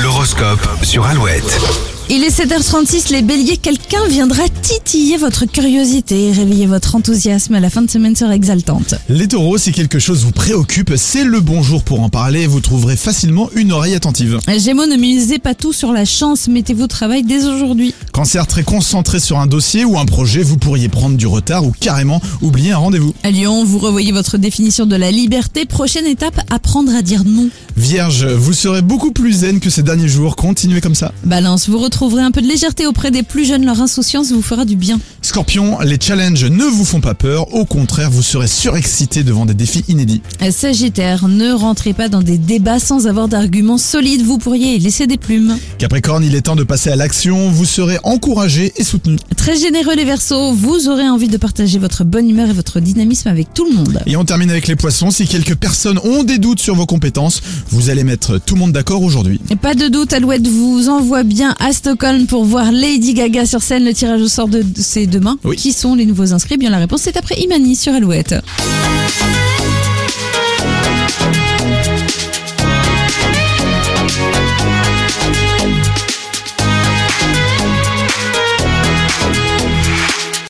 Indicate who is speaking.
Speaker 1: L'horoscope sur Alouette.
Speaker 2: Il est 7h36, les béliers, quelqu'un viendra titiller votre curiosité et réveiller votre enthousiasme. La fin de semaine sera exaltante.
Speaker 3: Les taureaux, si quelque chose vous préoccupe, c'est le bon jour pour en parler. Vous trouverez facilement une oreille attentive.
Speaker 2: Gémeaux, ne misez pas tout sur la chance, mettez-vous au travail dès aujourd'hui.
Speaker 3: Cancer très concentré sur un dossier ou un projet, vous pourriez prendre du retard ou carrément oublier un rendez-vous.
Speaker 2: À Lyon, vous revoyez votre définition de la liberté. Prochaine étape, apprendre à dire non.
Speaker 3: Vierge, vous serez beaucoup plus zen que ces derniers jours. Continuez comme ça.
Speaker 2: Balance, vous retrouverez un peu de légèreté auprès des plus jeunes, leur insouciance vous fera du bien.
Speaker 3: Scorpion, les challenges ne vous font pas peur. Au contraire, vous serez surexcité devant des défis inédits.
Speaker 2: Sagittaire, ne rentrez pas dans des débats sans avoir d'arguments solides, vous pourriez y laisser des plumes.
Speaker 3: Capricorne, il est temps de passer à l'action. Vous serez encouragé et soutenu.
Speaker 2: Très généreux les Verseaux, vous aurez envie de partager votre bonne humeur et votre dynamisme avec tout le monde.
Speaker 3: Et on termine avec les poissons. Si quelques personnes ont des doutes sur vos compétences, vous allez mettre tout le monde d'accord aujourd'hui.
Speaker 2: Et Pas de doute, Alouette vous envoie bien à Stockholm pour voir Lady Gaga sur scène. Le tirage au sort de de- c'est demain.
Speaker 3: Oui.
Speaker 2: Qui sont les nouveaux inscrits Bien la réponse c'est après Imani sur Alouette.